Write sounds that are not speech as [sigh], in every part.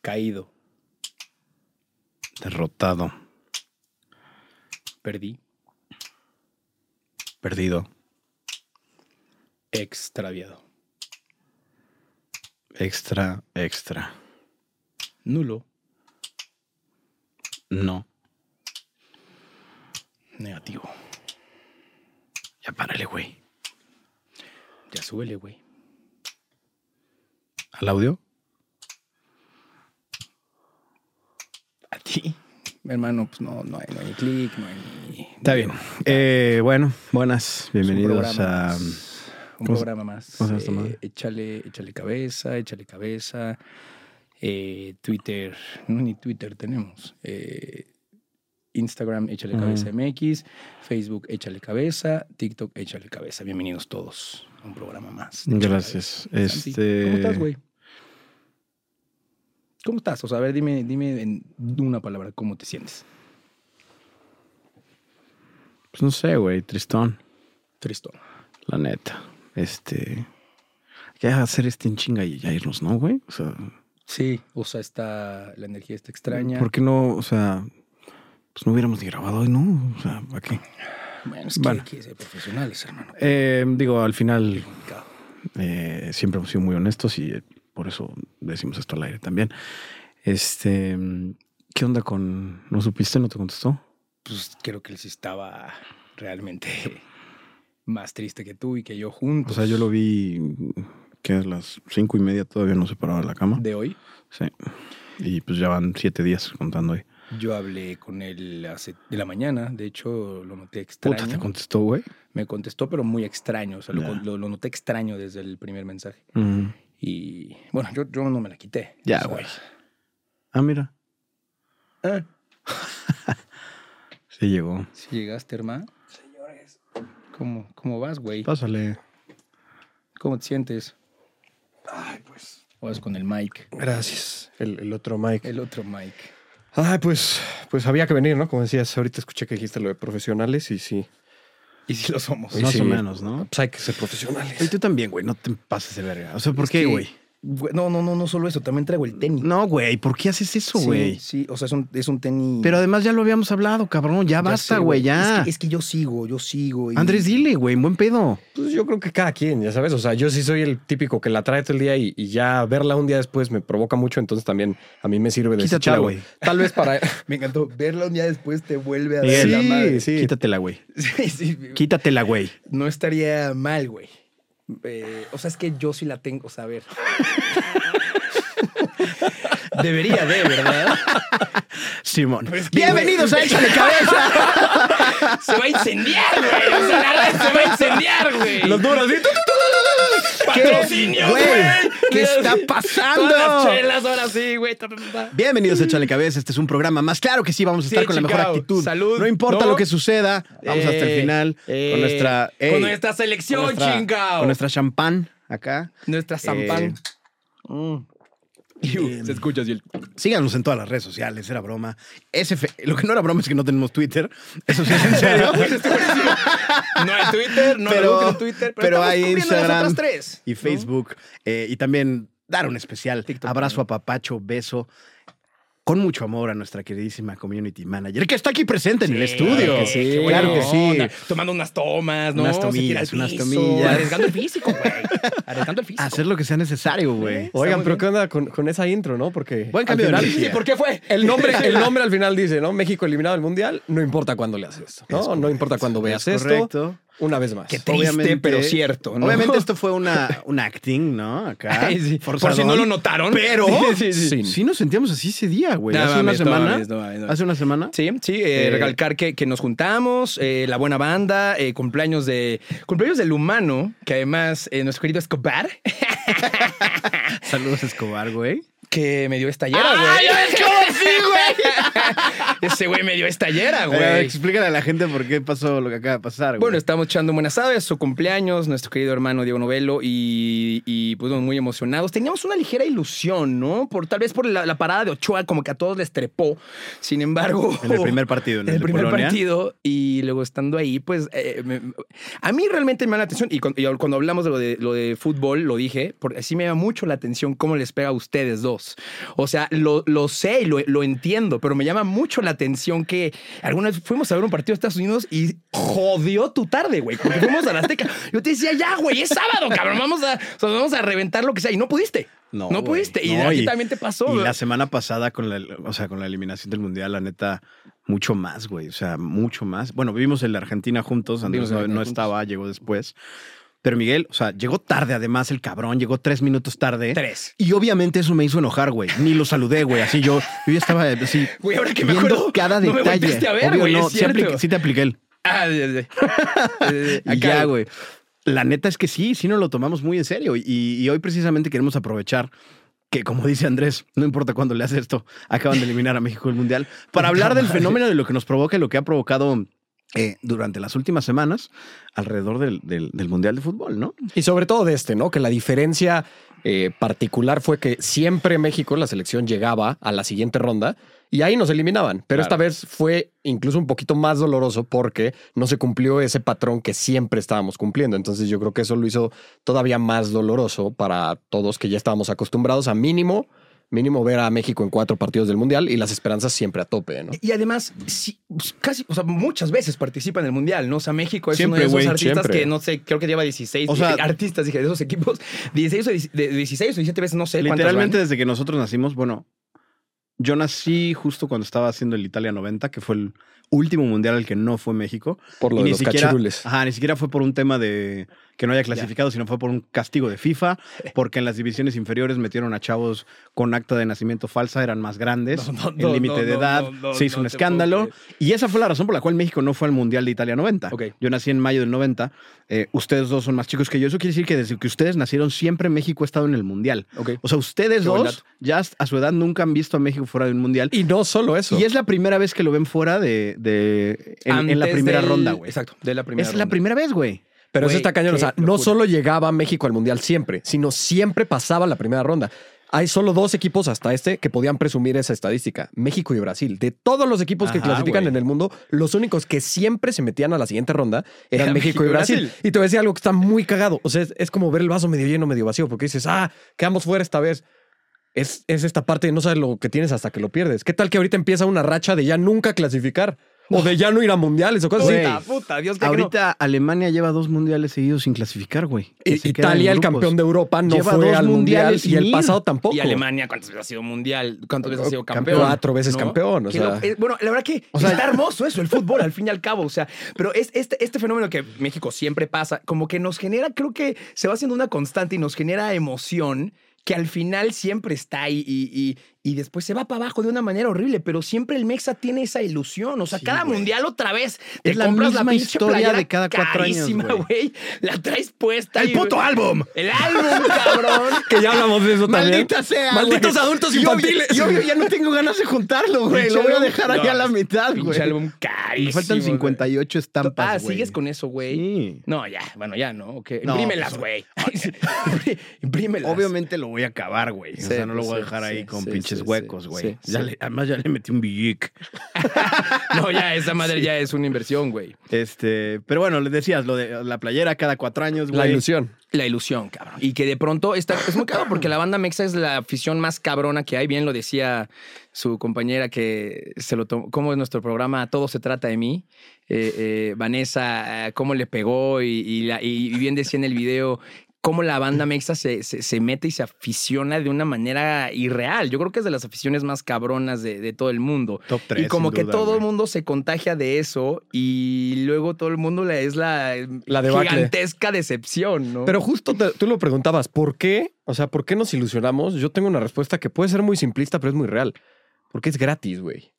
Caído. Derrotado. Perdí. Perdido. Extraviado. Extra, extra. Nulo. No. Negativo. Ya párale, güey. Ya súbele, güey. ¿Al audio? A ti. Hermano, pues no, no hay, no hay ni clic, no hay ni. Está bien. Eh, bueno, buenas. Bienvenidos a... Un ¿Cómo se- programa más. cómo se llama esta Eh, madre? échale, échale cabeza, échale cabeza. Eh, Twitter, no ni Twitter tenemos. Eh, Instagram, échale Ujú. cabeza MX. Facebook, échale cabeza. TikTok, échale cabeza. Bienvenidos todos a un programa más. de Échale Gracias. Cabeza. Santi, Este... ¿Cómo estás, güey? ¿Cómo estás? O sea, a ver, dime, dime en una palabra cómo te sientes. Pues no sé, güey. Tristón. Tristón. La neta. Este... Ya hacer este en chinga y ya irnos, ¿no, güey? O sea... Sí, o sea, está, la energía está extraña. ¿Por qué no? O sea... Pues no hubiéramos ni grabado hoy, ¿no? O sea, ¿para qué? Bueno, es que Bueno. hay que ser profesionales, hermano. Eh, digo, al final Complicado. Eh, siempre hemos sido muy honestos y eh, por eso decimos esto al aire también. Este, mm, ¿qué onda con? ¿No supiste? ¿No te contestó? pues creo que él sí estaba realmente [laughs] más triste que tú y que yo juntos. O sea, yo lo vi mm, que a las cinco y media todavía no se paraba de la cama. De hoy, Sí. Y pues ya van siete días contando ahí. yo hablé con él hace de la mañana, de hecho lo noté extraño. Puta, te contestó, güey. Me contestó, pero muy extraño, o sea, lo, Ya. lo- lo noté extraño desde el primer mensaje. Mm. Y bueno, yo, yo no me la quité. Ya, o sea, güey. Ah, mira. eh, Sí llegó. Si llegaste, hermano. ¿Cómo, ¿Cómo vas, güey? Pásale. ¿Cómo te sientes? Ay, pues. O vas con el Mike, Gracias. El, el otro Mike. el otro Mike. Ay, pues, pues había que venir, ¿no? Como decías, ahorita escuché que dijiste lo de profesionales y sí. Y si lo somos. Sí, Más sí. o menos, ¿no? Pues hay que ser Y profesionales. tú también, güey. No te pases de verga. O sea, ¿por qué, Sí. güey? Güey, No, no, no, no solo eso, también traigo el tenis. No, güey. ¿Por qué haces eso, Sí, güey? Sí, o sea, es un, es un tenis. Pero además ya lo habíamos hablado, cabrón. Ya, Ya basta, sé, güey, ya. Es que, es que yo sigo, yo sigo. y- Andrés, dile, güey, buen pedo. Pues yo creo que cada quien, ya sabes. O sea, yo sí soy el típico que la trae todo el día y, y ya verla un día después me provoca mucho. Entonces también a mí me sirve de Quítatela, desecharlo. güey. Tal vez para. [laughs] Me encantó. Verla un día después te vuelve a dar Miguel, la sí, madre. sí. Quítatela, güey. Sí, [laughs] sí. Quítatela, güey. No estaría mal, güey. Eh, o sea, es que yo sí la tengo, o sea, a ver. Debería de, ¿verdad? [laughs] Simón. Pues, Bienvenidos a Échale Cabeza. [laughs] Se va a incendiar, güey. O sea, la red se va a incendiar, güey. Los números. sí, tú, tú, tú. patrocinios, Güey, güey. ¿Qué está Todas las pasando? chelas, ahora sí, güey. Ta, ta, ta. Bienvenidos a Échale Cabeza. Este es un programa más. Claro que sí, vamos a estar Sí, con la chingao. mejor actitud. Salud, No importa ¿no? lo que suceda. Vamos hasta el Eh, final eh, con nuestra. ey, con nuestra selección, con nuestra- chingao. Con nuestra champán acá. Nuestra Eh, mm. zampán. uh, Se escucha así el... Síganos en todas las redes sociales, era broma. SF, lo que no era broma es que no tenemos Twitter. Eso sí es en [laughs] serio. No hay Twitter, no Pero- lo busquen en Twitter, pero, pero estamos hay cubriendo las Instagram. otras tres. y Facebook. eh, y también dar un especial TikTok abrazo a Papacho, beso. Con mucho amor a nuestra queridísima community manager que está aquí presente en el estudio. Claro que sí, qué claro que buena onda. sí. Tomando unas tomas, ¿no? Unas Se tira al tomillas, unas piso, tomillas. Arriesgando el físico, [laughs] güey. Arriesgando el físico. Hacer lo que sea necesario, güey. Oigan, muy pero bien. ¿qué onda con, con esa intro, no? Porque. Buen al cambio de final- energía. ¿Y por qué fue? El nombre, el [laughs] nombre al final dice, ¿no? México eliminado del mundial. No importa cuándo le haces esto, ¿no? Es no importa cuándo veas es esto. correcto. Una vez más. Qué triste, pero cierto, ¿no? [laughs] Obviamente esto fue una, un acting, ¿no? Acá. Ay, sí. Por Ah, forzadón. si no lo notaron. Pero [laughs] Sí, sí, sí. sí, nos sentíamos así ese día, güey. No hace una mames, no semana. mames, no mames, no mames. Hace una semana. [laughs] Sí, sí, eh, Eh, recalcar que, que nos juntamos, eh, la buena banda, eh, cumpleaños de cumpleaños del humano, que además eh, nuestro querido Escobar, Saludos, Escobar, güey. que me dio esta llave. ¡Ay, Escobar! [laughs] Ese güey me dio estallera, Eh, güey. explícale a la gente por qué pasó lo que acaba de pasar, güey. Bueno, estamos echando buenas aves, su cumpleaños, nuestro querido hermano Diego Novelo y, y, pues bueno, muy emocionados. Teníamos una ligera ilusión, ¿no? Por tal vez por la, la parada de Ochoa, como que a todos les trepó. Sin embargo, en el primer partido, en en el primer Polonia. partido y luego estando ahí, pues eh, me- a mí realmente me da la atención y, cuando, y cuando hablamos de lo, de lo de fútbol, lo dije, porque así me da mucho la atención cómo les pega a ustedes dos. O sea, lo, lo sé y lo, lo entiendo, pero me llama mucho la atención que alguna vez fuimos a ver un partido de Estados Unidos y jodió tu tarde, güey, porque fuimos a la Azteca. Yo te decía, ya, güey, es sábado, cabrón, vamos a, o sea, vamos a reventar lo que sea y no pudiste. No, güey, pudiste. Y de no, aquí también te pasó. Y güey. la semana pasada con la, o sea, con la eliminación del Mundial, la neta, mucho más, güey. O sea, mucho más. Bueno, vivimos en la Argentina juntos. Andrés Vimos en la no, no Argentina juntos. estaba, llegó después. Pero Miguel, o sea, llegó tarde además el cabrón, llegó tres minutos tarde. Tres. Y obviamente eso me hizo enojar, güey. Ni lo saludé, güey. Así yo, yo ya estaba así. [laughs] Güey, ahora que me viendo acuerdo, cada no me detalle. volteaste a ver, Obvio güey, no, es sí, apliqué- cierto. sí te apliqué el. Ah, [laughs] ya, ya. Eh, Y acá, ya, güey. La neta es que sí, sí nos lo tomamos muy en serio. Y, y hoy precisamente queremos aprovechar que, como dice Andrés, no importa cuándo le haces esto, acaban de eliminar a México del Mundial, para hablar del fenómeno de lo que nos provoca y lo que ha provocado eh, durante las últimas semanas alrededor del, del- del Mundial de Fútbol, ¿no? Y sobre todo de este, ¿no? Que la diferencia eh, particular fue que siempre México, la selección, llegaba a la siguiente ronda y ahí nos eliminaban. Claro. Pero esta vez fue incluso un poquito más doloroso porque no se cumplió ese patrón que siempre estábamos cumpliendo. Entonces yo creo que eso lo hizo todavía más doloroso para todos que ya estábamos acostumbrados a mínimo, mínimo ver a México en cuatro partidos del Mundial y las esperanzas siempre a tope, ¿no? Y además, sí, pues, casi, o sea, muchas veces participa en el Mundial, ¿no? O sea, México es Siempre, uno de esos güey, artistas siempre. que no sé, creo que lleva 16 O sea- [laughs] artistas, dije, de esos equipos, 16 o, 10 de- 16 o 17 veces, no sé cuántas Literalmente van. desde que nosotros nacimos, bueno, yo nací justo cuando estaba haciendo el Italia 90, que fue el último Mundial al que no fue México. Por Y lo de ni los siquiera, cachirules. Ajá, ni siquiera fue por un tema de que no haya clasificado, sino fue por un castigo de FIFA, porque en las divisiones inferiores metieron a chavos con acta de nacimiento falsa, eran más grandes, No, no, el no, límite no, de no, edad, no, no, se hizo no un te puedo escándalo. creer. Y esa fue la razón por la cual México no fue al Mundial de Italia 90. Ok. Yo nací en mayo del 90, eh, ustedes dos son más chicos que yo, eso quiere decir que desde que ustedes nacieron siempre México ha estado en el Mundial. Ok. O sea, ustedes Qué buen dos dato. ya a su edad nunca han visto a México fuera de un Mundial. Y no solo eso. Y es la primera vez que lo ven fuera de, de- en, en la Antes primera del- ronda, güey. Exacto, de la primera Es la ronda. primera vez, güey. Pero eso Güey, está cañón. O qué sea, no locura. solo llegaba México al Mundial siempre, sino siempre pasaba la primera ronda. Hay solo dos equipos hasta este que podían presumir esa estadística, México y Brasil. De todos los equipos que Ajá, clasifican güey. en el mundo, los únicos que siempre se metían a la siguiente ronda eran Era México, y México y Brasil. Brasil. Y te voy a decir algo que está muy cagado. O sea, es, es como ver el vaso medio lleno, medio vacío, porque dices, ah, quedamos fuera esta vez. Es, es esta parte de no sabes lo que tienes hasta que lo pierdes. ¿Qué tal que ahorita empieza una racha de ya nunca clasificar? O de ya no ir a mundiales o cosas así. Puta, puta, Dios mío. Ahorita Alemania lleva dos mundiales seguidos sin clasificar, güey. I- Se queda Italia, en el grupos. campeón de Europa, no Lleva fue dos al mundial mundiales y sin el ir. pasado tampoco. Y Alemania, ¿cuántas veces ha sido mundial? ¿Cuántas veces ha sido campeón? Cuatro veces campeón, o Qué sea. loco. Eh, bueno, la verdad que está hermoso eso, el fútbol, al fin y al cabo. O sea, pero es, este, este fenómeno que México siempre pasa, como que nos genera, creo que se va haciendo una constante y nos genera emoción que al final siempre está ahí y, y- y después se va para abajo de una manera horrible, pero siempre el Mexa tiene esa ilusión. O sea, Sí, cada güey. mundial otra vez te Es la compras la misma pinche historia playera de cada cuatro años, carísima, güey. güey. La traes puesta. ¡El y- puto álbum! El álbum, [laughs] cabrón. Que ya hablamos de eso también. ¡Maldita sea! Malditos güey! adultos Y obvio- infantiles. Y obvio, [laughs] ya no tengo ganas de juntarlo, güey. Lo voy a dejar ahí a la mitad, güey. Pinche álbum Me carísimo. faltan güey. 58 estampas, Ah, güey. sigues con eso, güey. Sí. No, ya, bueno, ya no. ok. No, Imprímelas, pues, güey. [laughs] Imprímelas. Obviamente lo voy a acabar, güey. o Sí, sea, no lo voy a sí, dejar ahí sí, con sí, pinches sí, huecos, güey. sí, sí, Ya sí. le- Además, ya le metí un billic. No, ya, esa madre ya es una inversión, güey. Este, pero bueno, les decías lo de la playera cada cuatro años, güey. La ilusión. La ilusión, cabrón. Y que de pronto está, es muy cabrón porque la banda Mexa es la afición más cabrona que hay. Bien lo decía su compañera que se lo tomó. ¿Cómo es nuestro programa? Todo se trata de mí. Eh, eh, Vanessa, eh, cómo le pegó y, y la- y bien decía en el video cómo la banda Mexa se, se- se mete y se aficiona de una manera irreal. Yo creo que es de las aficiones más cabronas de, de todo el mundo. Top 3. y como que todo el mundo se contagia de eso y luego todo el mundo la- es la, La debacle. gigantesca decepción, ¿no? Pero justo te- tú lo preguntabas, ¿por qué? O sea, ¿por qué nos ilusionamos? Yo tengo una respuesta que puede ser muy simplista, pero es muy real. Porque es gratis, güey.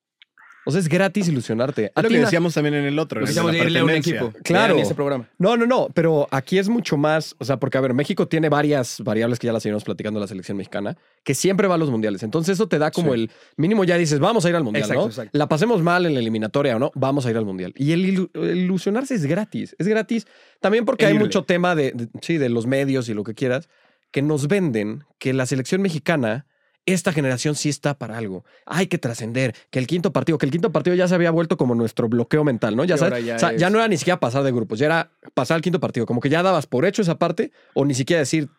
O sea, es gratis ilusionarte. A Es lo ti que na- decíamos también en el otro. en el de Necesitamos la de Pues irle a un pertenencia. equipo. Claro. Vean ese programa. No, no, no, pero aquí es mucho más, o sea, porque a ver, México tiene varias variables que ya las seguimos platicando la selección mexicana, que siempre va a los mundiales. Entonces eso te da como Sí. el mínimo ya dices, vamos a ir al mundial, Exacto, ¿no? exacto. La pasemos mal en la eliminatoria o no, vamos a ir al mundial. Y el ilu- el ilusionarse es gratis, es gratis. También porque E hay irle. mucho tema de, de- sí, de los medios y lo que quieras, que nos venden que la selección mexicana esta generación sí está para algo. Hay que trascender. Que el quinto partido, que el quinto partido ya se había vuelto como nuestro bloqueo mental, ¿no? Ya Y ahora sabes, ya o sea, ya es- no era ni siquiera pasar de grupos, ya era pasar al quinto partido. Como que ya dabas por hecho esa parte, o ni siquiera decir,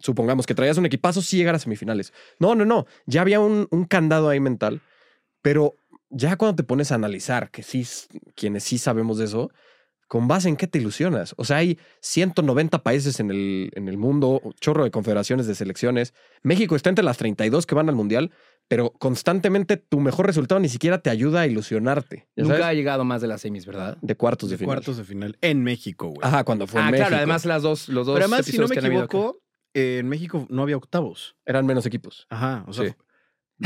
supongamos que traías un equipazo, sí llegar a semifinales. No, no, no. Ya había un, un candado ahí mental, pero ya cuando te pones a analizar, que sí, s- quienes sí sabemos de eso, ¿con base en qué te ilusionas? O sea, hay 190 países en el, en el mundo, chorro de confederaciones, de selecciones. México está entre las 32 que van al mundial, pero constantemente tu mejor resultado ni siquiera te ayuda a ilusionarte. ¿ya Nunca sabes? ha llegado más de las semis, ¿verdad? De cuartos de, final. Cuartos de final. En México, güey. Ajá, cuando fue ah, en claro, México. además las dos, los dos Pero además, si no episodios me que han habido equivoco, eh, en México no había octavos. Eran menos equipos. Ajá. O sea, Sí. [laughs]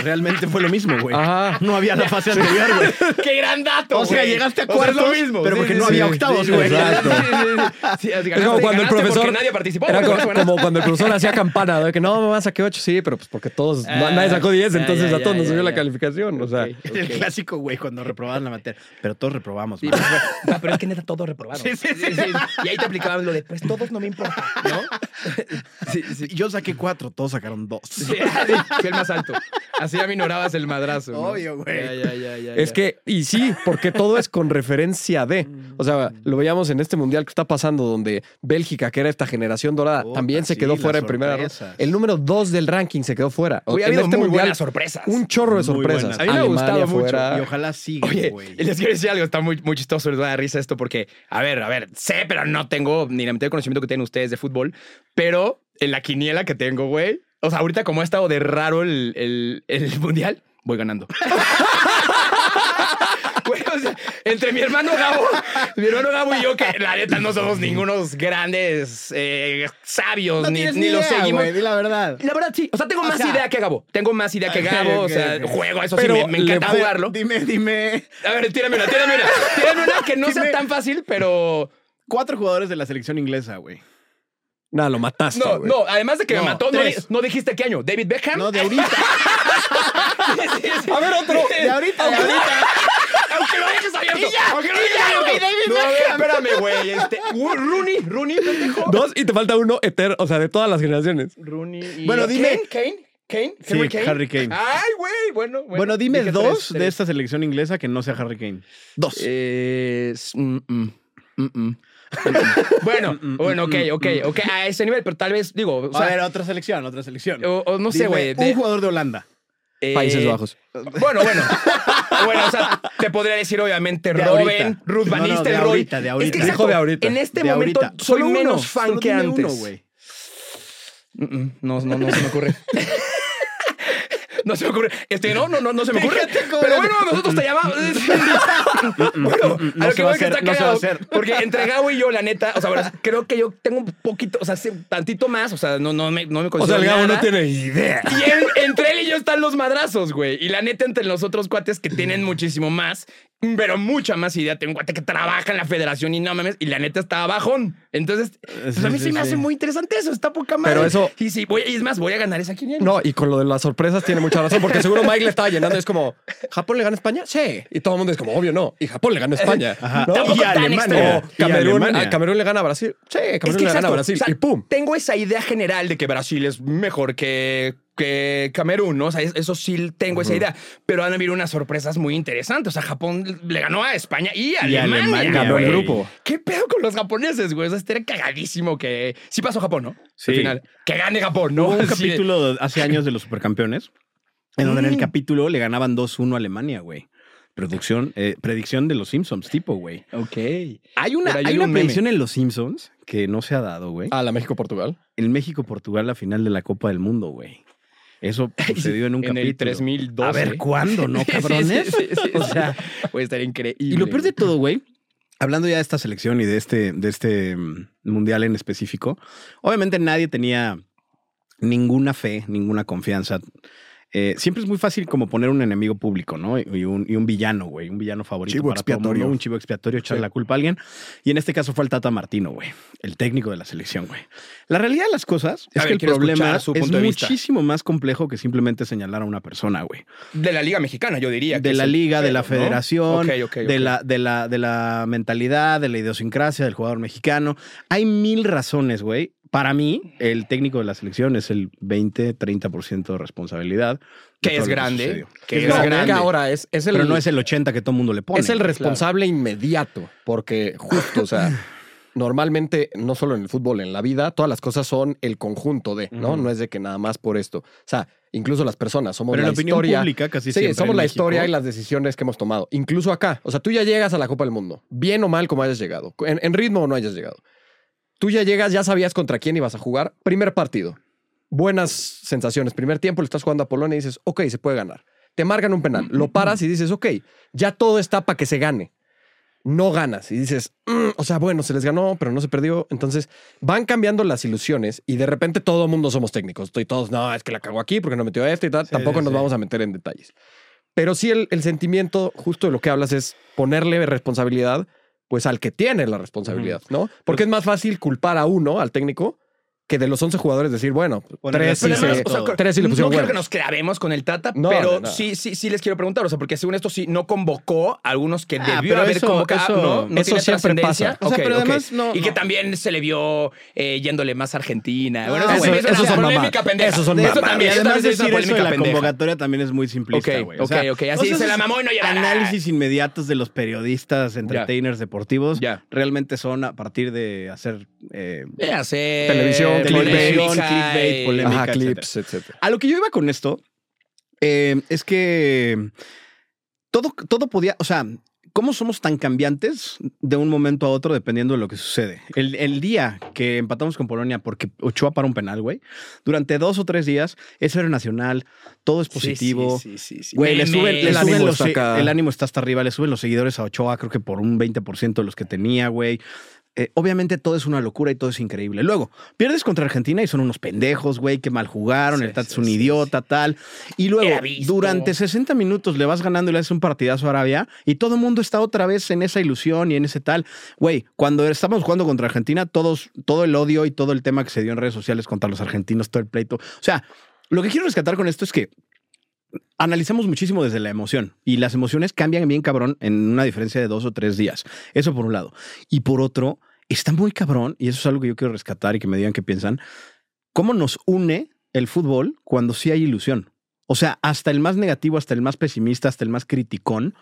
realmente fue lo mismo, [laughs] güey. Ajá. No había la fase anterior, güey. acá. ¡Qué gran dato! O sea, güey! llegaste a O sea, es lo cuartos, mismo. pero porque no había octavos, güey. exacto. Exacto. Sí, sí, sí, Es ganaste- como cuando el ganaste porque profesor- nadie participó. Era güey, co- por eso como, [laughs] ganaste. cuando el profesor hacía campana, de que no, mamá, saqué 8, sí, pero pues porque todos, Ah, nadie sacó 10, ya, entonces ya, a todos ya, nos subió ya, la ya. calificación. O [laughs] sea, Ok, ok. El clásico, güey, cuando reprobaban la materia. Pero todos reprobamos, Sí, man. pero, no, pero es que neta todos reprobaron. Sí, sí, sí. Y ahí te aplicaban lo de, pues todos no me importa, ¿no? [laughs] Sí, sí. [laughs] Yo saqué cuatro, todos sacaron dos. Sí, [laughs] sí, fui el más alto. Así aminorabas el madrazo. ¿no? Obvio, güey. Ya, ya, ya, ya, es ya. que, y sí, porque todo es con referencia de. Mm. O sea, lo veíamos en este mundial que está pasando, donde Bélgica, que era esta generación dorada, Puta, también se sí, quedó las fuera en primera ronda. sorpresas. El número 2 del ranking se quedó fuera. Hoy ha en habido este muy mundial, buenas sorpresas. un chorro Muy de sorpresas. buenas. A mí me ha Alemania gustado mucho. fuera. Y ojalá siga, Oye, güey. y les quiero decir algo, está muy, muy chistoso, les va a dar risa esto porque, a ver, a ver, sé, pero no tengo ni la mitad de conocimiento que tienen ustedes de fútbol, pero en la quiniela que tengo, güey, o sea, ahorita como ha estado de raro el, el- el [laughs] mundial, voy ganando. [laughs] Güey, o sea, entre mi hermano Gabo, mi hermano Gabo y yo, que la neta no somos ningunos grandes eh, sabios, ni, tienes ni ni los idea, seguimos. güey, di la verdad. La verdad, sí. O sea, tengo más sea- idea que Gabo. Tengo más idea que [laughs] Ok, Gabo. ok, o sea, ok. juego, eso Pero sí, me, me le encanta puede- jugarlo. Dime, dime. A ver, tírame una, tírame una. Tírame una que no sea Dime. tan fácil, pero. Cuatro jugadores de la selección inglesa, güey. Nada, lo mataste. No, güey. no, además de que No, me mató, no, di- tres. no dijiste qué año. David Beckham. No, de ahorita. A ver, otro. De ahorita, de ahorita. [laughs] Aunque lo dejes abierto. Y ya, aunque lo y dejes ya, abierto. güey, David no, a ver, Beckham. espérame, güey. Este, Wu- Rooney, Rooney, pendejo. Dos, y te falta uno eterno, o sea, de todas las generaciones. Rooney y. Bueno, dime- Kane, Kane, Kane. Sí, Henry Kane. Harry Kane. Ay, güey, bueno, bueno. Bueno, dime Dije dos tres, de tres. esta selección inglesa que no sea Harry Kane. Dos. Eh, s- mm, mm, mm, mm. [laughs] bueno, Mm, mm, bueno, ok, mm, ok, mm. ok. A ese nivel, pero tal vez, digo, o a sea, ver, otra selección, otra selección. o- o no sé, Dime güey. Un de- jugador de Holanda. eh, Países Bajos. Bueno, bueno. [laughs] bueno, o sea, te podría decir, obviamente, De Robin, ahorita. Ruth Van No, no, de Nistelrooy. ahorita, de Es ahorita. que Dijo exacto, de ahorita. En este De momento ahorita. soy Solo menos uno, fan solo que dime antes. uno, güey. Mm, mm, no, no, no se me ocurre. [laughs] No se me ocurre. Este, no, no, no, no se me ocurre. Fíjate cómo Pero era- Mm, bueno, nosotros te llamamos. [laughs] bueno, no a lo se que va voy a es que hacer, está no se va a cagado. hacer. Porque entre Gabo y yo, la neta, o sea, [laughs] bueno, creo que yo tengo un poquito, o sea, sí, tantito más, o sea, no, no me, no me pues O sea, considero el Gabo nada. no tiene idea. Y él- entre él y yo están los madrazos, güey. Y la neta, entre los otros cuates que tienen muchísimo más, pero mucha más idea. Tengo un cuate que trabaja en la federación y no mames. Y la neta está bajón. Entonces, pues a sí, mí sí, se me sí. hace muy interesante eso. Está poca madre. Pero eso- Y sí, voy, y es más, voy a ganar esa quiniela. No, y con lo de las sorpresas tiene mucha razón, porque seguro Mike le estaba llenando. Es como, ¿Japón le gana a España? Sí. Y todo el mundo es como, obvio no. Y Japón le gana a España. [laughs] Ajá. ¿no? Tampoco Y tan Alemania. O extremo. Y Camerún, Alemania. ah, Camerún le gana a Brasil. Sí, Camerún le gana a exacto, Brasil. o sea, y pum. Tengo esa idea general de que Brasil es mejor que, que Camerún, ¿no? O sea, es- eso sí tengo esa idea. Pero han habido unas sorpresas muy interesantes. O sea, Japón le ganó a España y a Alemania. Alemania, ganó güey. el grupo. ¿Qué pedo con los japoneses, güey? O sea, estaría cagadísimo que... Sí pasó Japón, ¿no? Sí. Al final. Que gane Japón, ¿no? [laughs] Hubo un Así de- capítulo hace años de los supercampeones, en donde en el capítulo le ganaban 2-1 a Alemania, güey. Producción, eh, predicción de los Simpsons, tipo, güey. Ok. Hay una, Por ahí hay vi una un meme. predicción en los Simpsons que no se ha dado, güey. A la México-Portugal. El México-Portugal, la final de la Copa del Mundo, güey. [laughs] Eso sucedió en un en capítulo. el 3012. A ver, ¿cuándo, [laughs] no, Sí, sí, cabrones? sí, sí, sí, O sí. sea, Puede estar increíble. y lo peor de todo, güey, hablando ya de esta selección y de este, de este mm, mundial en específico, obviamente nadie tenía ninguna fe, ninguna confianza eh, siempre es muy fácil como poner un enemigo público, ¿no? Y un, y un villano, güey, un villano favorito. Chivo para todo mundo, expiatorio. un chivo expiatorio, echarle la culpa a alguien. Y en este caso fue el Tata Martino, güey, el técnico de la selección, güey. La realidad de las cosas A es ver, que el quiero problema escuchar su punto de es vista. muchísimo más complejo que simplemente señalar a una persona, güey De la Liga Mexicana, yo diría. que de es la el liga, de pedo, la ¿no? federación, Ok, ok, ok. De, la, de, la, de la mentalidad, de la idiosincrasia del jugador mexicano. Hay mil razones, güey. Para mí, el técnico de la selección es el 20-30% de responsabilidad. de Que todo es lo grande. sucedió. Que es, No, grande. que ahora es, es el, Pero no es el 80 que todo el mundo le pone. es el güey. responsable inmediato, porque justo, [sighs] o sea, normalmente, no solo en el fútbol, en la vida, todas las cosas son el conjunto de, ¿no? Ujú. No es de que nada más por esto. O sea, incluso las personas somos Pero en la la opinión historia. pública casi Sí, siempre somos en la México- historia y las decisiones que hemos tomado. Incluso acá. O sea, tú ya llegas a la Copa del Mundo, bien o mal como hayas llegado, en, en ritmo o no hayas llegado. Tú ya llegas, ya sabías contra quién ibas a jugar. Primer partido. Buenas sensaciones. Primer tiempo, le estás jugando a Polonia y dices, ok, se puede ganar. Te marcan un penal, lo paras y dices, ok, ya todo está para que se gane. No ganas y dices, "Mm, o sea, bueno, se les ganó, pero no se perdió. Entonces van cambiando las ilusiones y de repente todo el mundo somos técnicos. Estoy todos, no, es que la cago aquí porque no metió esto y tal. Sí, Tampoco sí, nos sí. vamos a meter en detalles. Pero sí el, el sentimiento justo de lo que hablas es ponerle responsabilidad pues al que tiene la responsabilidad, ¿no? Pues Porque es más fácil culpar a uno, al técnico, que de los 11 jugadores decir, bueno, Ponerle tres sí, Pero Pero se- además, sí, o sea, todo. tres sí le no pusieron quiero que huevos. nos clavemos con el Tata, No, no, pero no. sí, sí, sí les quiero preguntar, o sea, porque según esto sí no convocó a algunos que Ah, debió pero haber eso- convocado, eso- ¿no? No eso tiene siempre trascendencia. pasa. O sea, Ok, pero ok. además no- Y que no. también se le vio eh, yéndole más a Argentina. bueno, Ah, eso se bueno, me hizo una esos son polémica mamadas. pendeja. Esos son Eso mamadas. también, y eso además también se hizo decir una eso de la polémica pendeja. convocatoria también es muy simplista, Ok, güey. ok, ok. Así todos se la esos mamó y no llorará. Análisis inmediatos de los periodistas, entertainers deportivos, Ya. realmente son a partir de hacer eh, De hacer Televisión, polémica televisión, clickbait, y- polémica. Ajá, etcétera. clips, etcétera. A lo que yo iba con esto eh, es que todo, todo podía, o sea, ¿cómo somos tan cambiantes de un momento a otro dependiendo de lo que sucede? El, el día que empatamos con Polonia porque Ochoa para un penal, güey, durante dos o tres días es héroe nacional, todo es Sí, sí, positivo. sí, sí, sí. Güey, le Memes. suben, le El suben ánimo los, está acá. el ánimo está hasta arriba, le suben los seguidores a Ochoa, creo que por un 20% de los que tenía, güey. Eh, obviamente todo es una locura y todo es increíble. Luego, pierdes contra Argentina y son unos pendejos, güey, que mal jugaron, Sí, el Tata es sí, un sí, idiota, tal. Y luego, Era visto. durante 60 minutos le vas ganando y le haces un partidazo a Arabia y todo el mundo está otra vez en esa ilusión y en ese tal. Güey, cuando estamos jugando contra Argentina, todos, todo el odio y todo el tema que se dio en redes sociales contra los argentinos, todo el pleito. O sea, lo que quiero rescatar con esto es que analizamos muchísimo desde la emoción y las emociones cambian bien cabrón en una diferencia de dos o tres días. Eso por un lado. Y por otro, está muy cabrón, y eso es algo que yo quiero rescatar y que me digan qué piensan, cómo nos une el fútbol cuando sí hay ilusión. O sea, hasta el más negativo, hasta el más pesimista, hasta el más criticón,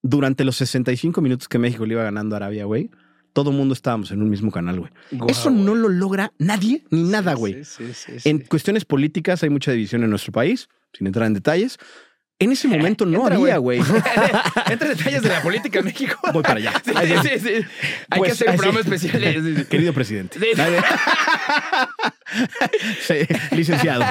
durante los 65 minutos que México le iba ganando a Arabia, güey, todo mundo estábamos en un mismo canal, güey. eso no lo logra nadie ni nada, güey. Sí, sí, sí, En sí. cuestiones políticas hay mucha división en nuestro país, sin entrar en detalles. En ese [laughs] momento no Entra, había, güey. [laughs] Entre detalles de la política en México. Voy para allá. [laughs] Sí, Ahí sí, sí. Hay Pues, que hacer un ahí sí. programa especial. Sí, [laughs] sí. Querido presidente. Sí, sí. [laughs] Sí, licenciado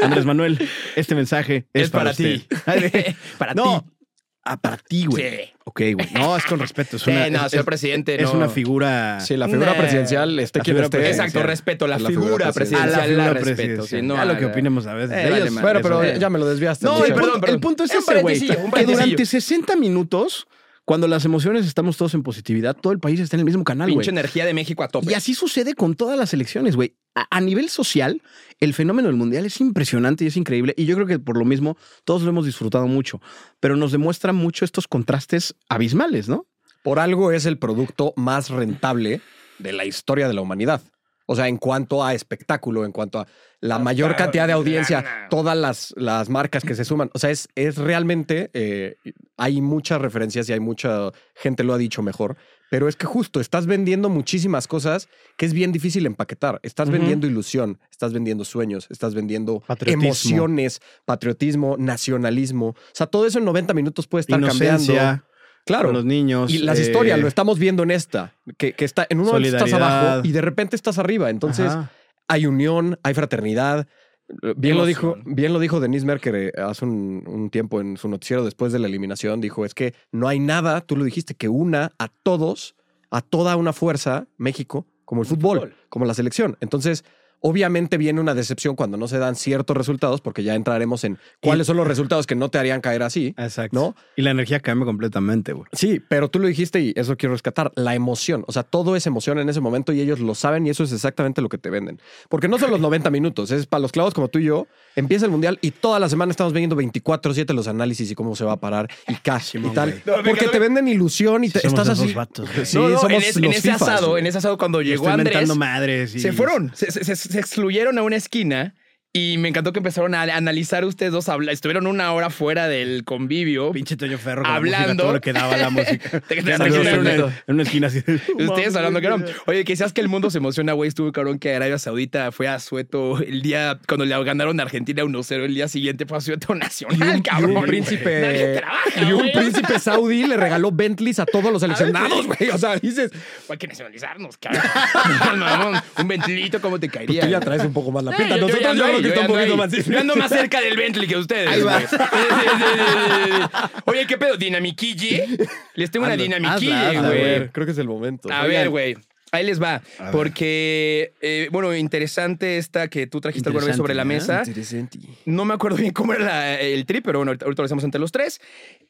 Andrés Manuel, este mensaje es, Es para ti. [laughs] usted. Para no, ti. ah, para ti, güey. Sí. Ok, güey. No, es con respeto. Es Sí, una, no, es, señor es- presidente. es no. una figura. Sí, la figura Nah. presidencial, este La quien figura esté. presidencial. Exacto, respeto, la, La figura, figura a presidencial. la figura la respeto. presidencial. sí, no, a lo la- que opinemos a veces. Eh, de vale ellos. madre. Bueno, pero Eh. ya me lo desviaste. No, Sí, y perdón, perdón, perdón. el punto es Un ese, güey. parentecillo, un Que parentecillo. durante 60 minutos, cuando las emociones estamos todos en positividad, todo el país está en el mismo canal, güey. Pinche energía de México a tope. Y así sucede con todas las elecciones, güey. A, a nivel social, el fenómeno del mundial es impresionante y es increíble. Y yo creo que por lo mismo todos lo hemos disfrutado mucho. Pero nos demuestra mucho estos contrastes abismales, ¿no? Por algo es el producto más rentable de la historia de la humanidad. O sea, en cuanto a espectáculo, en cuanto a la mayor cantidad de audiencia, todas las, las marcas que se suman. O sea, es, es realmente, eh, hay muchas referencias y hay mucha gente lo ha dicho mejor, pero es que justo estás vendiendo muchísimas cosas que es bien difícil empaquetar. Estás Ujú. vendiendo ilusión, estás vendiendo sueños, estás vendiendo Patriotismo. emociones, patriotismo, nacionalismo. O sea, todo eso en 90 minutos puede estar cambiando. Inocencia, Claro. con los niños. Y las eh, historias, lo estamos viendo en esta, que, que está en un momento estás Solidaridad. abajo y de repente estás arriba. Entonces ajá. hay unión, hay fraternidad. Bien lo, dijo, Emoción. bien lo dijo Denise Merker eh, hace un, un tiempo en su noticiero después de la eliminación. Dijo, es que no hay nada, tú lo dijiste, que una a todos, a toda una fuerza, México, como el fútbol, Fútbol. como la selección. Entonces, Obviamente viene una decepción cuando no se dan ciertos resultados, porque ya entraremos en cuáles son los resultados que no te harían caer así. Exacto. ¿No? Y la energía cambia completamente, güey. Sí, pero tú lo dijiste y eso quiero rescatar, la emoción. O sea, todo es emoción en ese momento y ellos lo saben y eso es exactamente lo que te venden. Porque no [laughs] son los 90 minutos, es para los clavos como tú y yo. Empieza el mundial y toda la semana estamos viendo 24-7 los análisis y cómo se va a parar y cash y tal. güey. No, me Porque encanta te venden ilusión y te, Sí, somos estás esos así. vatos, güey. sí, No, no, somos en, es- en los ese fifas, asado, güey. en ese asado cuando llegó Estoy Andrés, inventando madres. y- se fueron, se, se- se- se excluyeron a una esquina y me encantó que empezaron a analizar ustedes dos, habla- estuvieron una hora fuera del convivio. [laughs] Pinche Toño Ferro. con la Hablando. música, todo lo que daba la música. [laughs] Te- te- [laughs] Ya te- te- no sé, te- en, te- una, en una esquina así. [laughs] Ustedes hablando que eran. Oye, que seas que el mundo se emociona, güey. Estuvo cabrón que Arabia Saudita fue a Sueto el día cuando le ganaron a Argentina 1-0. El día siguiente fue a Sueto [laughs] Nacional, Y un, cabrón. güey. [laughs] príncipe. Nadie trabaja, y un güey. príncipe saudí le regaló Bentleys a todos los seleccionados, güey. O sea, dices, pues Hay que nacionalizarnos, cabrón. [laughs] Mamón, un ventilito, ¿cómo te caería? Pues tú ya güey? traes un poco más la pinta. Yo- yo Nosotros ya ando ahí, yo yo, creo que está un ya ando poquito ahí. más. Yo ando más cerca del Bentley que ustedes. Ahí va. güey. Sí, sí, sí, sí, sí, sí. Oye, ¿qué pedo? ¿Dinamiquille? Les tengo una Hazla, hazla, dinamiquille, hazla, [laughs] A güey. ver, creo que es el momento. A ver, güey. Ahí les va. A ver. Porque, eh, bueno, interesante esta que tú trajiste alguna vez sobre la mesa. Interesante, Interesante. No me acuerdo bien cómo era la- el trip, pero bueno, ahorita, ahorita lo hacemos entre los tres.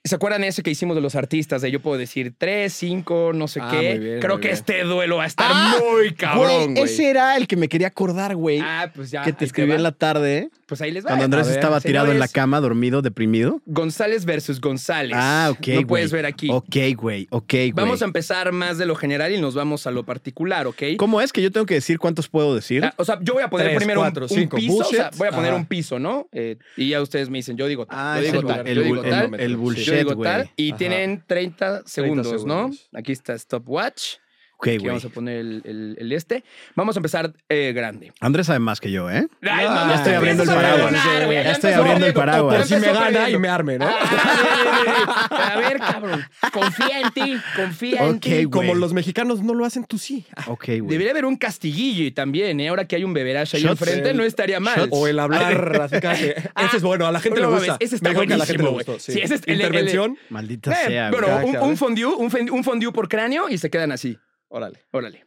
¿Se acuerdan ese que hicimos de los artistas? De yo puedo decir tres, cinco, no sé Ah, qué. muy bien, Creo muy que bien. este duelo va a estar muy cabrón, güey. Ese era el que me quería acordar, güey. Ah, pues ya. que te ahí escribí va. en la tarde. ¿eh? Pues ahí les va. Cuando Andrés A ver, estaba tirado en la señores, cama, dormido, deprimido. González versus González. Ah, ok. No güey. puedes ver aquí. Ok, güey. Ok, güey. Vamos a empezar más de lo general y nos vamos a lo particular, ¿ok? ¿Cómo es que yo tengo que decir cuántos puedo decir? Ah, O sea, yo voy a poner Tres, primero un- cuatro, un, cinco. piso. o sea, Bullshit. voy a poner Ajá. un piso, ¿no? Eh, y ya ustedes me dicen, yo digo tal. Ah, yo es digo el- tal. el yo bu- digo el- tal. el yo bullshit, digo güey. tal. Y Ajá. tienen 30 segundos, segundos. ¿no? Aquí está Stopwatch. Ok, Aquí güey. vamos a poner el, el- el este. Vamos a empezar eh, grande. Andrés sabe más que yo, ¿eh? Ay, no, ya no, estoy te abriendo empieces el a paraguas. perdonar, güey. Ya estoy empezó abriendo el perdiendo. paraguas. Ya Por si me empezó Ah, gana y perdiendo. me arme, ¿no? Ah, Ah, A ver, cabrón. Confía en ti, confía en Ok, ti. güey. Como los mexicanos no lo hacen, tú sí. Ah, Ok, güey. Debería haber un castiguillo también, ¿eh? Ahora que hay un beberash ahí Shots. enfrente, El- no estaría mal. O el [laughs] hablar. así como que, Ah, ese es bueno, a la gente no le mames, gusta. ese está Me dijo que a la gente le buenísimo, gustó, güey. sí. Sí, ese es el- el- Intervención. Maldita Eh, sea, güey. pero güey. un, un fondue, un, fen- un fondue por cráneo y se quedan así. Órale. Órale.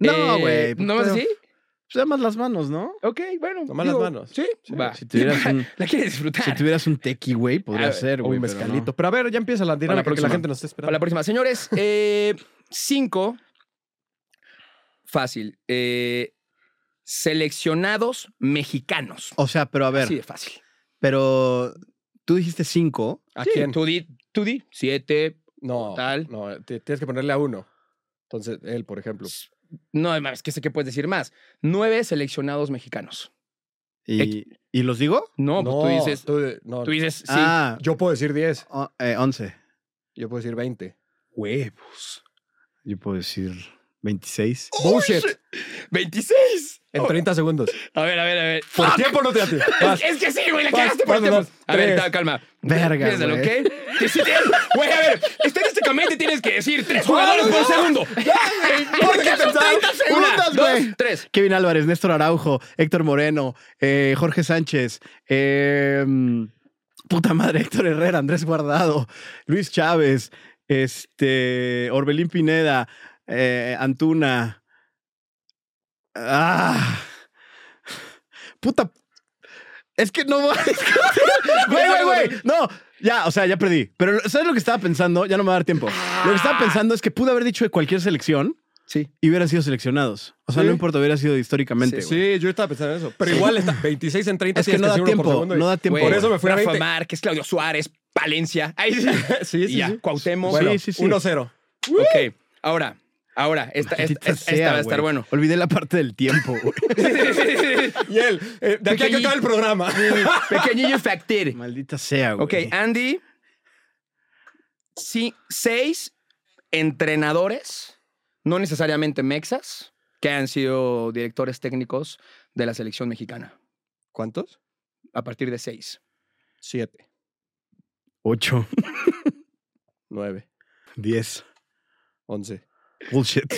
No, Eh, güey. ¿No más pero- así? Pues nada más las manos, ¿no? Ok, bueno. Nomás las digo, manos. Sí, Sí, va. Si tuvieras un, [laughs] La quieres disfrutar. si tuvieras un tequi, güey, A podría ver, ser, O güey. un pero no. mezcalito. Pero a ver, ya empieza la dinámica porque la próxima. gente nos está Para la esperando. próxima. Señores, eh, cinco. Fácil. Eh, seleccionados mexicanos. O sea, pero a ver, Así de fácil. pero tú dijiste cinco. ¿A Sí, quién? Tú di, tú di. Siete. No, Tal. no, te- tienes que ponerle a uno. Entonces, él, por ejemplo. No, mames, que sé que puedes decir más. Nueve seleccionados mexicanos. ¿Y, ¿y los digo? No, pues tú dices, tú, tú- no, dices, sí. Ah, Yo puedo decir 10, o- eh, once. yo puedo decir 20. Huevos. Yo puedo decir 26. ¡Bullshit! ¡26! En 30 segundos. A ver, a ver, a ver. Por oh. ¡Fuck! tiempo no te atiendes. Es, es que sí, güey, la Vas, cagaste por vas, tiempo. vas, A ver, tres. ta- calma. Verga, Piénsalo, ¿ok? güey. Que sí tienes- Güey, a ver, estadísticamente tienes que decir tres jugadores por segundo. [laughs] ¿Por qué son 30 segundos, Una, dos, güey. tres. Kevin Álvarez, Néstor Araujo, Héctor Moreno, eh, Jorge Sánchez, eh, mm, puta madre, Héctor Herrera, Andrés Guardado, Luis Chávez, este, Orbelín Pineda, eh, Antuna. Ah, puta. Es que no. es que- Güey, güey, güey. No, ya, o sea, ya perdí. Pero ¿sabes lo que estaba pensando? Ya no me va a dar tiempo. Lo que estaba pensando es que pude haber dicho de cualquier selección Sí. y hubieran sido seleccionados. O sea, Sí. no importa, hubiera sido históricamente. güey. Sí, yo estaba pensando en eso. Pero igual está 26 en 30 Es que no da tiempo, no da tiempo. Por eso me fui a Rafa 20. Márquez, Claudio Suárez, Palencia. Ahí sí. [laughs] Sí, Y ya, Cuauhtémoc. Bueno, Sí, sí, sí. 1-0. Ok, ahora, ahora, esta, esta, Maldita esta, sea, esta va a estar güey. bueno. [laughs] Olvidé la parte del tiempo, güey. Y él, eh, de aquí a que Pequeñi- acabe el programa. Pequeñillo factor. Maldita sea, güey. Ok, ah. Andy. Sí, seis entrenadores, no necesariamente mexas, que han sido directores técnicos de la selección mexicana. ¿Cuántos? A partir de seis. 7, Ocho, 9, diez. 11. Bullshit.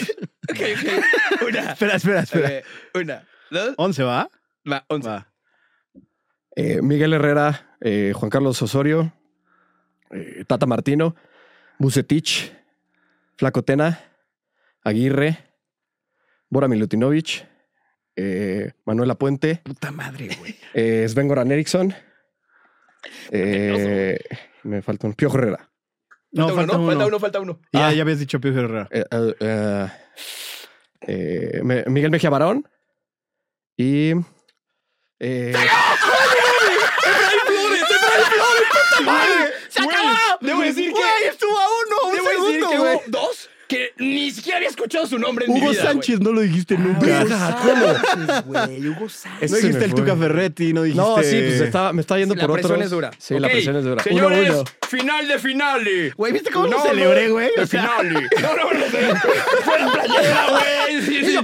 Ok, ok. [laughs] Una, espera, espera, espera. eh, una, dos, Once, ¿va? va, once. Va. Miguel Herrera, eh, Juan Carlos Osorio, eh, Tata Martino, Bucetich, Flacotena, Aguirre, Bora Milutinovich, eh, Manuela Puente, Puta madre, güey. eh, Sven Goran Eriksson. eh, me falta un Pío Herrera. No, falta, uno, ¿no? falta uno, falta uno. Ya, Ah. ya habías dicho Pío Herrera. Eh, eh, eh, eh, me- Miguel Mejía Barón. Y. eh, ¡Se acabó! Ah, Debo decir que. estuvo a uno! Debo decir que hubo dos que ni siquiera había escuchado su nombre en mi Hugo vida. Ah, Sánchez no lo dijiste nunca. Hugo Sánchez, güey. Hugo Sánchez. No Ese dijiste me el fue. Tuca Ferretti, no dijiste... No, sí, pues estaba- me estaba yendo La por otro. presión es dura. Sí, la Ok, presión es dura. Señores, Uno a uno. final de finale. Güey, ¿viste cómo lo No, celebré, no, güey? de O sea, finale. No, no, no sé. Fue la playera, güey. Sí, sí.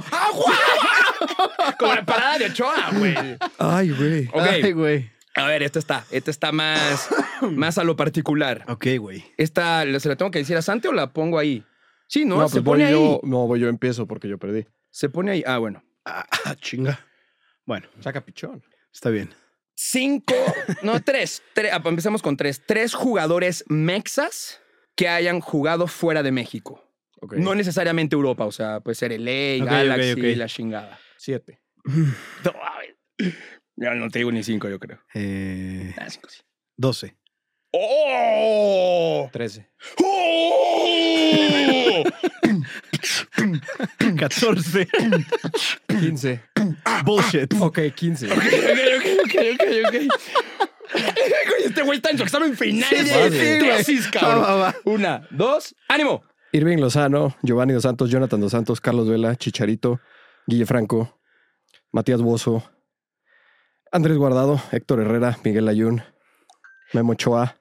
[laughs] Como la parada de Ochoa, güey. Ay, güey. Ok. Ay, güey. A ver, esta está. Esta está más, más a lo particular. Ok, güey. Esta, ¿la- ¿se la tengo que decir a Santi o la pongo ahí? Sí, ¿no? No, se pues pone voy ahí. yo, no, voy yo empiezo porque yo perdí. Se pone ahí. Ah, bueno. Ah, [laughs] chinga. Bueno, Saca pichón. está bien. Cinco, no, tres. Tre- ah, empezamos con tres. Tres jugadores mexas que hayan jugado fuera de México. Ok. No necesariamente Europa, o sea, puede ser LA, Ok, Galaxy, ok, ok. la chingada. Siete. No, a ver. Ya no te digo ni cinco, yo creo. Eh, Ah, cinco, sí. [clears throat] 12. ¡Oh! Trece. ¡Oh! 14. Quince. Bullshit. Ok, quince. Ok, ok, ok, ok, ok. Güey, Este güey está en su examen final Sí, de sí, sí, tesis, cabrón. Va, va, va. Una, dos, ánimo. Irving Lozano, Giovanni Dos Santos, Jonathan Dos Santos, Carlos Vela, Chicharito, Guille Franco, Matías Bozo, Andrés Guardado, Héctor Herrera, Miguel Ayun, Memo Ochoa,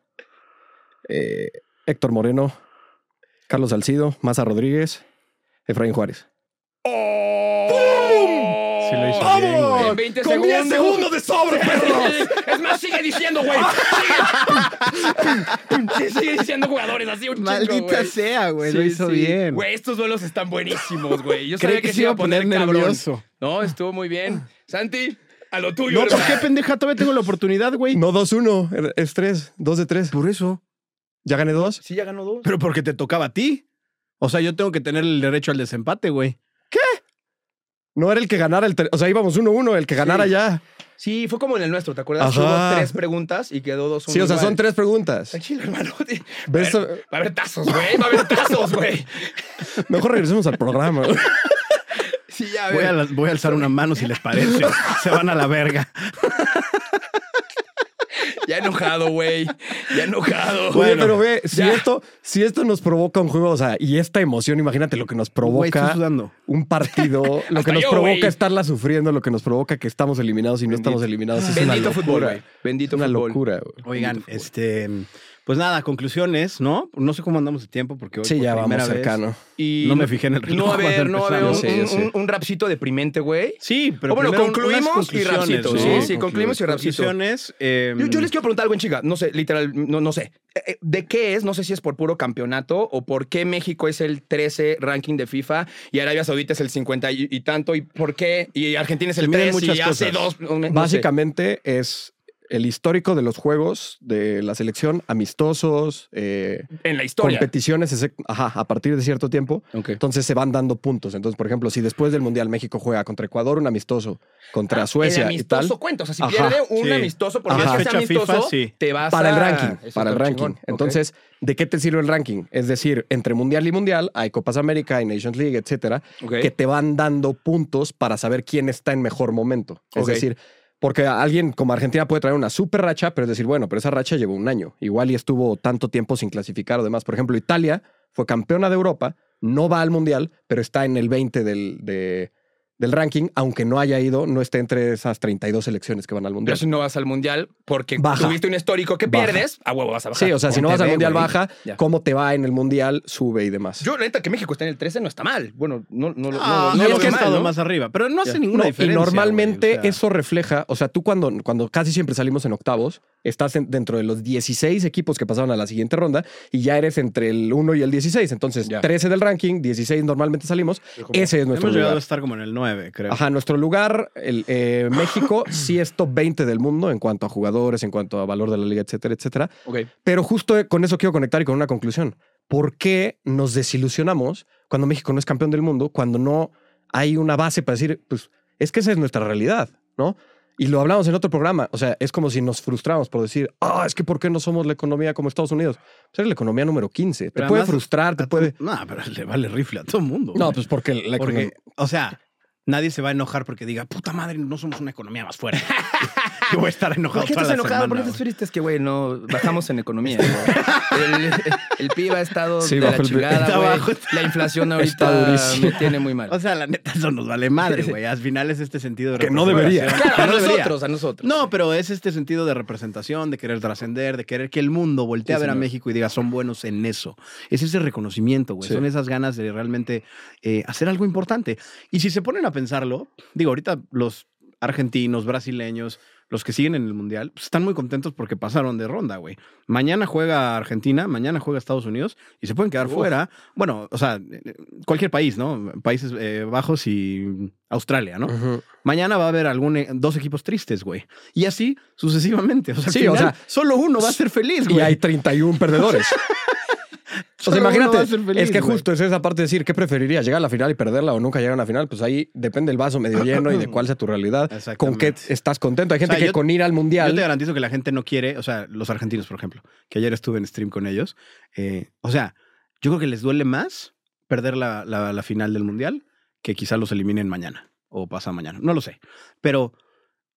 eh, Héctor Moreno, Carlos Salcido, Maza Rodríguez, Efraín Juárez. ¡Pum! Sí lo hizo bien, güey. En 20 segundos. de sobre, Es más, sigue diciendo, güey. Sigue, Sí, sigue diciendo jugadores así un chingo, Maldita güey. sea, güey. lo Sí, hizo sí. bien. Güey, estos duelos están buenísimos, güey. [laughs] Yo Creí sabía que, se iba a poner, cabrón. nervioso. No, estuvo muy bien. Santi, a lo tuyo. No, ¿por hermano. qué, pendeja? Todavía tengo la oportunidad, güey. No, 2-1, es 3, 2 de 3. Por eso. ¿Ya gané 2? Sí, ya ganó dos. Pero porque te tocaba a ti. O sea, yo tengo que tener el derecho al desempate, güey. No era el que ganara el... tre- O sea, íbamos 1-1, el que ganara Sí. ya. Sí, fue como en el nuestro, ¿te acuerdas? Ajá. Hubo tres preguntas y quedó dos. uno Sí, o sea, igual. son tres preguntas. Tranquilo, hermano. [laughs] ¿Ves? Va a haber tazos, güey. Va a haber tazos, güey. Mejor regresemos al programa. Sí, ya, Voy a, ver. las- voy a alzar una mano si les parece. Se van a la verga. Ya enojado, güey. Ya enojado. Oye, Bueno, pero ve, si ya. esto, si esto nos provoca un juego, o sea, y esta emoción, imagínate lo que nos Güey, estoy provoca sudando. un [laughs] partido, lo que Hasta nos yo, provoca güey. estarla sufriendo, lo que nos provoca que estamos eliminados y no estamos eliminados. Es una Bendito fútbol, locura. güey. Bendito Una fútbol. locura, güey. Oigan, este, pues nada, conclusiones, ¿no? No sé cómo andamos de tiempo porque hoy Sí, por ya primera vamos vez- cercano. Y No me fijé en el reloj No, a ver, [laughs] cuando no, a ver. Un, empezamos. Ya sé, ya un- sé. un rapcito deprimente, güey. Sí, pero bueno, primero unas concluimos y conclusiones, rapsito. ¿no? Sí, sí, concluimos y rapsito. Conclusiones. eh, Yo, yo les quiero preguntar algo en chica. No sé, literal, no, no sé. Eh, eh, ¿De qué es? No sé si es por puro campeonato o por qué México es el 13 ranking de FIFA y Arabia Saudita es el 50 y, y tanto. ¿Y por qué? Y Argentina es Se el miden 3 y muchas hace cosas. dos. no- no sé. Básicamente es el histórico de los juegos de la selección, amistosos, eh, en la historia. competiciones ese- ajá, a partir de cierto tiempo. Entonces se van dando puntos. Entonces, por ejemplo, si después del Mundial México juega contra Ecuador, un amistoso, contra Ah, el Suecia y amistoso tal. cuenta. O sea, si Ajá, pierde un sí. amistoso, por más Ajá. que sea Fecha FIFA, amistoso, sí. te vas Para el a- ranking, Eso para el está ranking. chingón. Ok. Entonces, ¿de qué te sirve el ranking? Es decir, entre mundial y mundial hay Copas América, hay Nations League, etcétera, Ok. que te van dando puntos para saber quién está en mejor momento. Es Ok. decir, porque alguien como Argentina puede traer una super racha, pero es decir, bueno, pero esa racha llevó un año. Igual y estuvo tanto tiempo sin clasificar o demás. Por ejemplo, Italia fue campeona de Europa, no va al mundial, pero está en el 20 del, de- del ranking, aunque no haya ido, no esté entre esas 32 selecciones que van al Pero mundial. si no vas al mundial porque Baja. tuviste un histórico que Baja. pierdes, a huevo vas a bajar. Sí, o sea, si no Ponte vas al B, mundial güey. baja, Ya. cómo te va en el mundial, sube y demás. Yo, la neta, que México está en el 13 no está mal. Bueno, no, no, lo- no, Ah, lo- no es lo que he veo mal, estado ¿no? más arriba, pero no hace ninguna No, diferencia. y normalmente güey, o sea, eso refleja, o sea, tú cuando, cuando casi siempre salimos en octavos, estás en- dentro de los 16 equipos que pasaron a la siguiente ronda y ya eres entre el 1 y el 16. Entonces, Ya. 13 del ranking, 16 normalmente salimos. Ese es nuestro Hemos llegado a lugar. estar como en el 9, creo. Ajá, nuestro lugar, el, eh, México, sí es top 20 del mundo en cuanto a jugadores, en cuanto a valor de la liga, etcétera, etcétera. Ok. Pero justo con eso quiero conectar y con una conclusión. ¿Por qué nos desilusionamos cuando México no es campeón del mundo, cuando no hay una base para decir, pues es que esa es nuestra realidad, ¿no? Y lo hablamos en otro programa. O sea, es como si nos frustramos por decir, ah, es que ¿por qué no somos la economía como Estados Unidos? Pues eres la economía número 15. Te Pero puede además- frustrar, te puede. No, pero le vale rifle a todo mundo. No, güey. pues porque la porque, economía. o sea, nadie se va a enojar porque diga, puta madre, no somos una economía más fuerte. [laughs] Yo voy a estar enojado ¿Por qué toda estás la enojado? semana, ¿Por qué estás güey. triste? Es que, güey, no bajamos en [laughs] economía. güey. El, el PIB ha estado Sí, de la bajo el PIB. chingada, Está güey. bajo. La inflación Está ahorita durísimo. me tiene muy mal. O sea, la neta, eso nos vale madre, güey. Al final es este sentido de Que no representación. debería. Que a no debería. nosotros, a nosotros. No, pero es este sentido de representación, de querer trascender, de querer que el mundo voltee Sí, a ver a señor. México y diga, son buenos en eso. Es ese reconocimiento, güey. Sí. Son esas ganas de realmente eh, hacer algo importante. Y si se ponen a pensarlo, digo, ahorita los argentinos, brasileños, los que siguen en el Mundial, pues, están muy contentos porque pasaron de ronda, güey. Mañana juega Argentina, mañana juega Estados Unidos y se pueden quedar Uf. fuera. Bueno, o sea, eh, cualquier país, ¿no? Países eh, Bajos y Australia, ¿no? Ujú. Mañana va a haber algún, e- dos equipos tristes, güey. Y así sucesivamente. [laughs] O sea, al Sí, final, o sea, solo uno va a ser feliz, Y güey. hay 31 [laughs] perdedores. O Solo sea, uno va a imagínate, ser feliz, es que güey. justo es esa parte de decir, ¿qué preferirías? ¿Llegar a la final y perderla o nunca llegar a la final? Pues ahí depende el vaso medio lleno y de cuál sea tu realidad, con qué Exactamente. estás contento. Hay gente sea, que yo- con ir al Yo te mundial... garantizo que la gente no quiere, o sea, los argentinos, por ejemplo, que ayer estuve en stream con ellos. eh, o sea, yo creo que les duele más perder la, la- la final del mundial que quizá los eliminen mañana o pasa mañana. No lo sé. Pero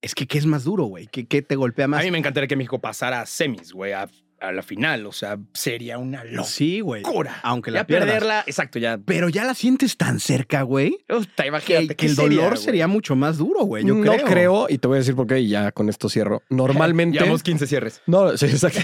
es que, ¿qué es más duro, güey? ¿Qué, qué te golpea más? A mí me encantaría que México pasara a semis, güey, a, a la final. O sea, sería una locura. Sí, güey. Aunque la ya pierdas. perderla, exacto, ya. Pero ya la sientes tan cerca, güey. Puta, Que, imagínate. que ¿qué el dolor güey? sería mucho más duro, güey. Yo no creo, y te voy a decir por qué, y ya con [laughs] esto cierro. Normalmente... Llevamos 15 cierres. No, sí, exacto.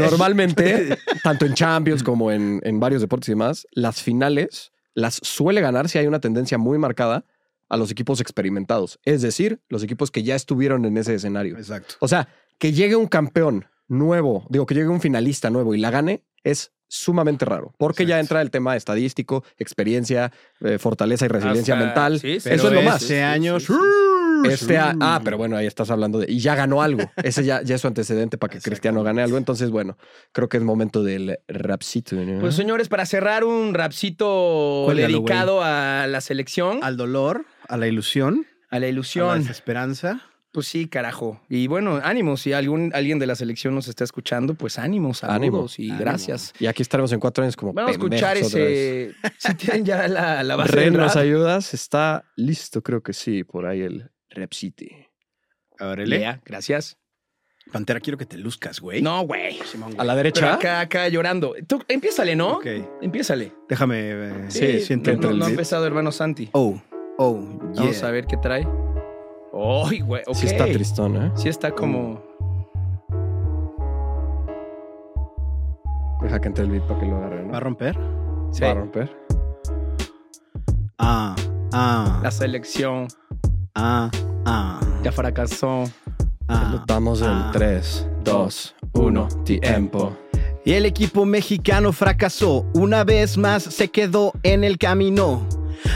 [laughs] normalmente, tanto en Champions como en, en varios deportes y demás, las finales las suele ganar si hay una tendencia muy marcada a los equipos experimentados. Es decir, los equipos que ya estuvieron en ese escenario. Exacto. O sea, que llegue un campeón nuevo, digo, que llegue un finalista nuevo y la gane, es sumamente raro, porque ya Exacto. entra el tema estadístico, experiencia, eh, fortaleza y resiliencia Hasta- mental. sí, sí, Eso es pero lo más. sí, Hace sí, años. sí, sí. uh, Este a- ah, pero bueno, ahí estás hablando de. Y ya ganó algo. Ese ya, ya es su antecedente para que Cristiano gane algo. Entonces, bueno, creo que es momento del rapcito. ¿no? Pues señores, para cerrar un rapcito Cuélgalo, dedicado a la selección, Al dolor, a la ilusión, a la a la ilusión. desesperanza. Pues sí, carajo. Y bueno, ánimos. Si algún, alguien de la selección nos está escuchando, pues ánimos, saludos Ánimo, y ánimo. gracias. y aquí estaremos en cuatro años como. Vamos a escuchar pendejos otra vez. ese. Si tienen ya la, la base Ren, del ¿nos rap. ayudas? Está listo, creo que sí, por ahí el rapcito. Aurele. Lea, gracias. Pantera, quiero que te luzcas, güey. No, güey. Simón, güey. A la Pero derecha. acá, acá llorando. Tú, empiézale, ¿no? Ok. Empiézale. Déjame. eh, Sí, siento no- entre no, el no ha beat. empezado, hermano Santi. Oh, oh, yeah. Vamos a ver qué trae. ¡Ay, güey! ok. Sí, está tristón, ¿eh? Sí está como. Deja que entre el beat para que lo agarre, ¿no? ¿Va a romper? sí, Va a romper. Ah, ah, La selección ah, ah. ya fracasó. ah. Damos ah. en 3, 2, 1, tiempo. Y el equipo mexicano fracasó, una vez más se quedó en el camino.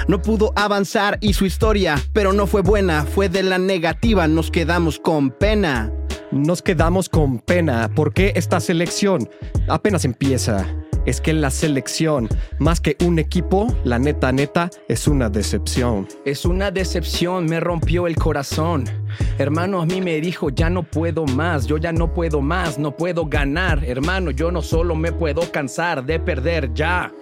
No pudo avanzar y su historia, pero no fue buena, fue de la negativa, nos quedamos con pena. Nos quedamos con pena. ¿Por qué esta selección apenas empieza? Es que la selección, más que un equipo, la neta, neta, es una decepción. Es una decepción, me rompió el corazón. Hermano, a mí me dijo, ya no puedo más, yo ya no puedo más, no puedo ganar. Hermano, yo no solo me puedo cansar de perder ya.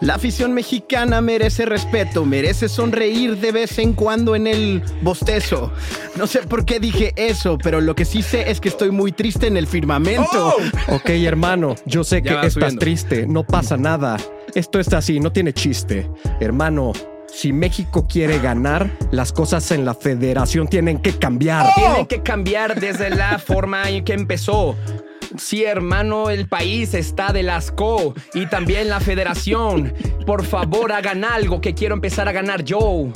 La afición mexicana merece respeto, merece sonreír de vez en cuando en el bostezo. No sé por qué dije eso, pero lo que sí sé es que estoy muy triste en el firmamento. Ok, hermano, yo sé que Ya va estás subiendo. triste, no pasa nada. Esto está así, no tiene chiste. Hermano, si México quiere ganar, las cosas en la federación tienen que cambiar. Tienen que cambiar desde la forma en que empezó. Sí, hermano, el país está del asco y también la federación. Por favor, hagan algo que quiero empezar a ganar yo.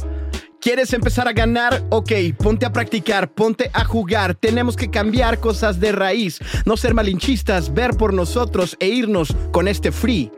¿Quieres empezar a ganar? Ok, ponte a practicar, ponte a jugar. Tenemos que cambiar cosas de raíz, no ser malinchistas, ver por nosotros e irnos con este free.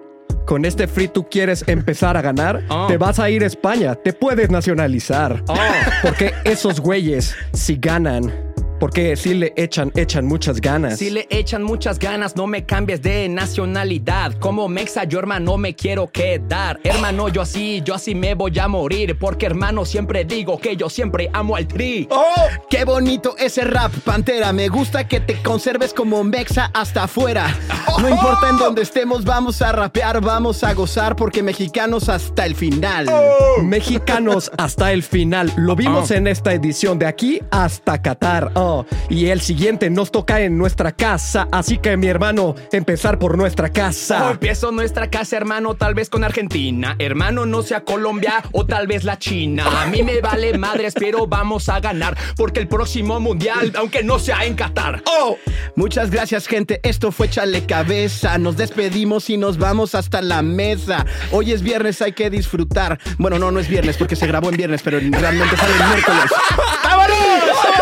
Con este free tú quieres empezar a ganar, Oh. te vas a ir a España, te puedes nacionalizar. Oh. Porque esos güeyes, si ganan, Porque sí le echan, echan muchas ganas. Si le echan muchas ganas, no me cambies de nacionalidad. Como mexa, yo hermano me quiero quedar. Hermano, yo así, yo así me voy a morir. Porque hermano, siempre digo que yo siempre amo al tri. ¡Oh! ¡Qué bonito ese rap, Pantera! Me gusta que te conserves como Mexa hasta afuera. No importa en dónde estemos, vamos a rapear, vamos a gozar, porque mexicanos hasta el final. Oh. Mexicanos hasta el final. Lo vimos en esta edición de aquí hasta Qatar. Oh, y el siguiente nos toca en nuestra casa. Así que, mi hermano, empezar por nuestra Oh, [laughs] casa. empiezo nuestra casa, hermano, tal vez con Argentina. Hermano, no sea Colombia o tal vez la China. A mí me vale madres, pero vamos a ganar. Porque el próximo mundial, aunque no sea en Qatar. ¡Oh! Muchas gracias, gente. Esto fue Chale Cabeza. Nos despedimos y nos vamos hasta la mesa. Hoy es viernes, hay que disfrutar. Bueno, no, no es viernes porque se grabó en viernes, pero realmente sale el miércoles.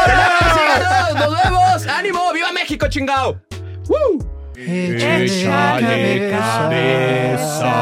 ¡Síganos! ¡Nos vemos! ¡Ánimo! ¡Viva México, chingao! Échale cabeza.